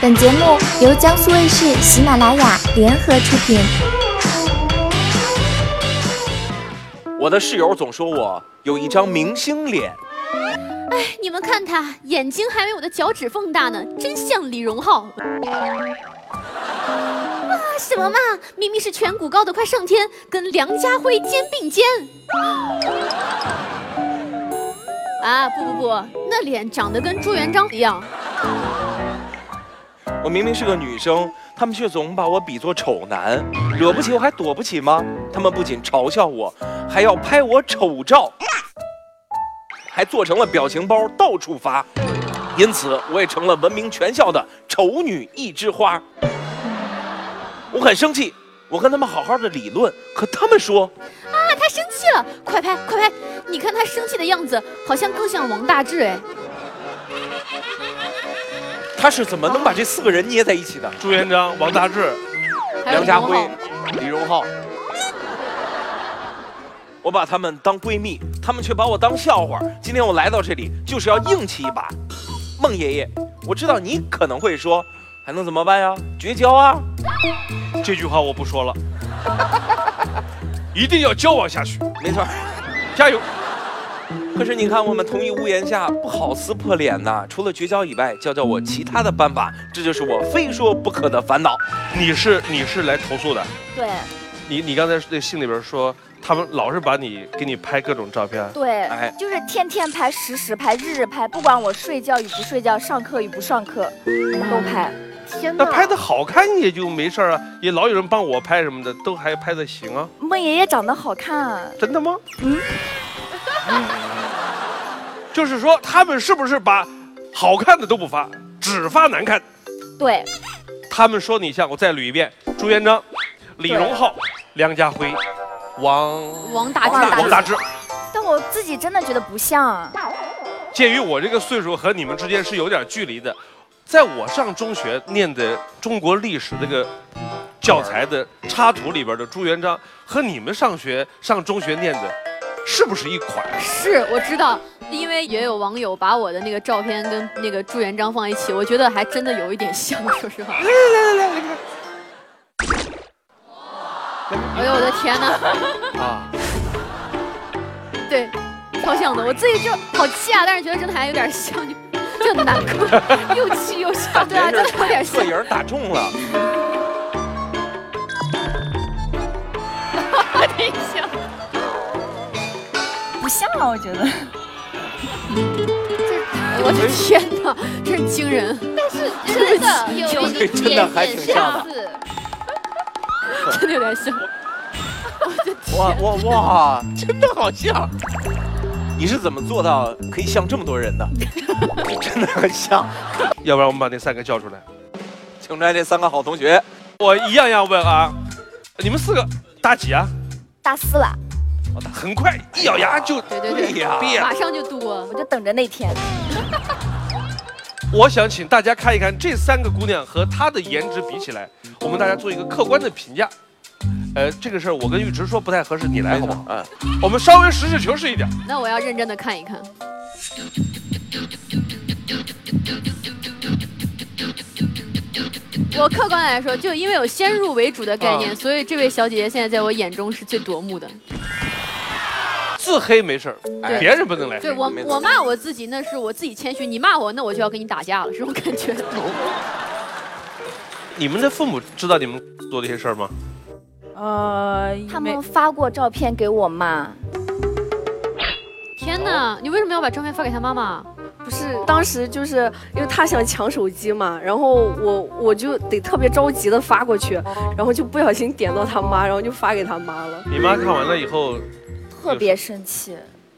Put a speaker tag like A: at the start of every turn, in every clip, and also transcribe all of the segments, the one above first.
A: 本节目由江苏卫视、喜马拉雅联合出品。
B: 我的室友总说我有一张明星脸，
C: 哎，你们看他眼睛还没我的脚趾缝大呢，真像李荣浩。啊，什么嘛，明明是颧骨高的快上天，跟梁家辉肩并肩。啊，不不不，那脸长得跟朱元璋一样。
B: 我明明是个女生，他们却总把我比作丑男，惹不起我还躲不起吗？他们不仅嘲笑我，还要拍我丑照，还做成了表情包到处发，因此我也成了闻名全校的丑女一枝花。我很生气，我跟他们好好的理论，可他们说
C: 啊，他生气了，快拍快拍！你看他生气的样子，好像更像王大治哎。
B: 他是怎么能把这四个人捏在一起的？
D: 朱元璋、王大治，
C: 还有
B: 梁家
C: 李荣
B: 辉
C: 浩，
B: 李荣浩。我把她们当闺蜜，她们却把我当笑话。今天我来到这里，就是要硬气一把。孟爷爷，我知道你可能会说，还能怎么办呀？绝交啊！
D: 这句话我不说了，一定要交往下去，
B: 没错儿，
D: 加油！
B: 可是你看，我们同一屋檐下，不好撕破脸呐。除了绝交以外，教教我其他的办法，这就是我非说不可的烦恼。
D: 你是你是来投诉的，
C: 对
D: 你你刚才那信里边说，他们老是把你给你拍各种照片，
E: 对
B: 哎，
E: 就是天天拍、时时拍、日日拍，不管我睡觉与不睡觉、上课与不上课，都拍。天
D: 那
E: 哪！
D: 拍的好看也就没事儿啊，也老有人帮我拍什么的，都还拍的行啊，
E: 孟爷爷长得好看，
D: 真的吗？嗯，就是说他们是不是把好看的都不发，只发难看？
E: 对，
D: 他们说你像，我再捋一遍：朱元璋、李荣浩、梁家辉、王
C: 王大
E: 王
C: 治
D: 王大治。
E: 但我自己真的觉得不像啊。
D: 鉴于我这个岁数和你们之间是有点距离的，在我上中学念的中国历史这个教材的插图里边的朱元璋，和你们上学上中学念的，是不是一款？
C: 是我知道，因为也有网友把我的那个照片跟那个朱元璋放一起，我觉得还真的有一点像， 说实话。来 来来来来，哎呦我的天哪，
D: 啊，
C: 对，超像的，我自己就好气啊，但是觉得真的还有点像，就就很难过，又气又笑，对啊，真的有点像
B: 摄。影打中了。
C: 挺像
E: 不像啊，我觉得。
C: 我的天哪，真惊人！
F: 真的有一
B: 这 真的还挺像的。
F: 次，
C: 真的有点像。
B: 哇哇哇！ 真的好像。你是怎么做到可以像这么多人 的？真的很像。
D: 要不然我们把那三个叫出来，
B: 请出来这三个好同学，
D: 我一样样问啊，你们四个大几啊？
E: 大四了，
D: 很快一咬牙就
C: 对对对，
B: 对哎呀
D: 毕业了
C: 马上就度过
E: 我。就等着那天。
D: 我想请大家看一看这三个姑娘和她的颜值比起来，我们大家做一个客观的评价。呃，这个事儿我跟玉直说不太合适，你来好不好？
B: 嗯，
D: 我们稍微实事求是一点。
C: 那我要认真的看一看。我客观来说，就因为有先入为主的概念，
D: 啊
C: 所以这位小姐姐现在在我眼中是最夺目的。
D: 自黑没事儿，
B: 哎
D: 别人不能来
C: 对
D: 黑。
C: 我
B: 没，错
C: 我骂我自己那是我自己谦虚，你骂我那我就要跟你打架了，这种感觉。
D: 你们的父母知道你们做这些事儿吗？
G: 呃，
E: 他
G: 没
E: 们发过照片给我妈，
C: 天哪，你为什么要把照片发给他妈妈？
G: 不是当时就是因为他想抢手机嘛，然后我我就得特别着急的发过去，然后就不小心点到他妈，然后就发给他妈了。
D: 你妈看完了以后，
E: 特别生气，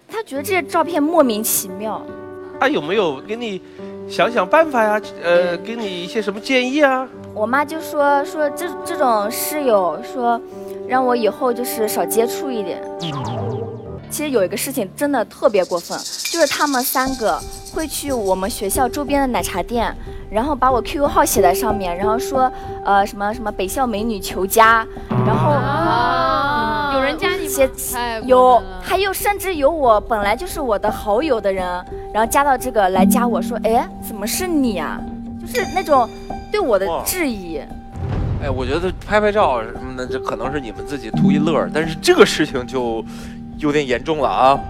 E: 她觉得这些照片莫名其妙。
D: 她啊有没有给你想想办法呀？呃，给你一些什么建议啊？
E: 我妈就说说这这种室友说，让我以后就是少接触一点。其实有一个事情真的特别过分，就是他们三个会去我们学校周边的奶茶店，然后把我 QQ 号写在上面，然后说呃什么什么北校美女求加，然后
C: 啊
F: 有人加你
E: 写
C: 太过
E: 有
C: 分了
E: 还有甚至有我本来就是我的好友的人，然后加到这个来加我说，哎怎么是你啊？就是那种对我的
B: 哇
E: 质疑。
B: 哎，我觉得拍拍照什么的，这可能是你们自己图一乐儿，但是这个事情就有点严重了啊。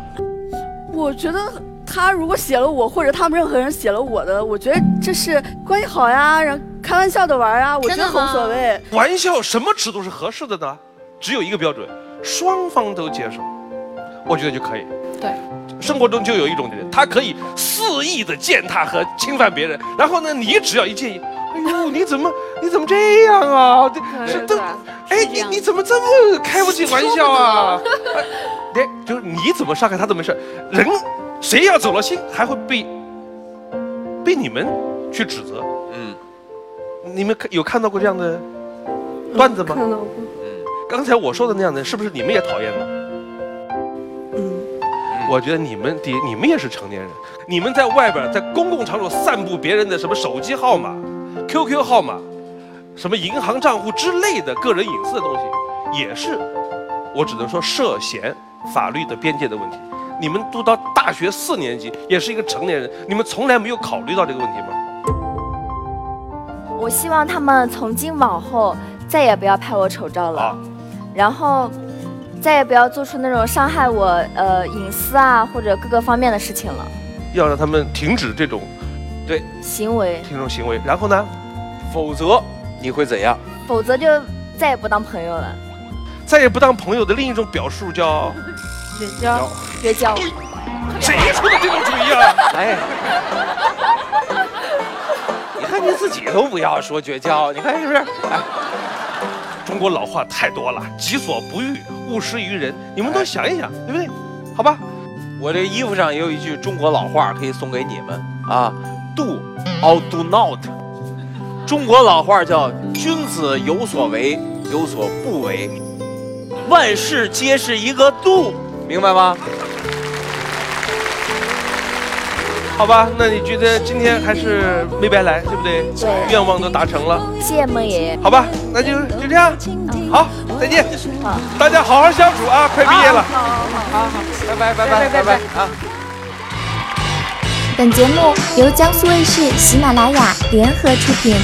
H: 我觉得他如果写了我，或者他们任何人写了我的，我觉得这是关系好呀，然后开玩笑的玩儿啊，我觉得
C: 真的
H: 很
C: 吗
H: 无所谓。
D: 玩笑什么尺度是合适的呢？只有一个标准，双方都接受，我觉得就可以。
C: 对，
D: 生活中就有一种人，他可以肆意的践踏和侵犯别人，然后呢，你只要一介意，哎呦，你怎么你怎么这样啊？这是都哎，
C: 这
D: 你
C: 样
D: 你怎么这么开不起玩笑啊？哎对，就是你怎么伤害他都没事儿，人谁要走了心，还会被被你们去指责。
B: 嗯
D: 你们看有看到过这样的段子吗？
G: 看到过，
B: 嗯，
D: 刚才我说的那样的，是不是你们也讨厌呢？
G: 嗯，
D: 我觉得你们得，你们也是成年人，你们在外边在公共场所散布别人的什么手机号码、QQ 号码、什么银行账户之类的个人隐私的东西，也是，我只能说涉嫌法律的边界的问题。你们读到大学四年级，也是一个成年人，你们从来没有考虑到这个问题吗？
E: 我希望他们从今往后再也不要拍我丑照了，
D: 啊，
E: 然后再也不要做出那种伤害我呃隐私啊或者各个方面的事情了。
D: 要让他们停止这种
E: 行为，
D: 这种行为。然后呢，
B: 否则你会怎样？
E: 否则就再也不当朋友了，
D: 再也不当朋友的另一种表述叫
E: 绝交，绝交。
D: 谁出的这种主意啊？
B: 哎，你看你自己都不要说绝交，你看是不是？哎，
D: 中国老话太多了，己所不欲，勿施于人。你们多想一想，对不对？好吧，
B: 我这衣服上也有一句中国老话，可以送给你们啊，do or do not。中国老话叫“君子有所为，有所不为”，万事皆是一个度，明白吗？
D: 好吧，那你觉得今天还是没白来，对不对？
E: 对
D: 愿望都达成了，
E: 谢谢孟爷爷。
D: 好吧，那就就这样，好，再见，
E: 好
D: 大家好好相处啊，快毕业了，
B: 拜拜拜拜拜拜啊！
A: 本节目由江苏卫视、喜马拉雅联合出品。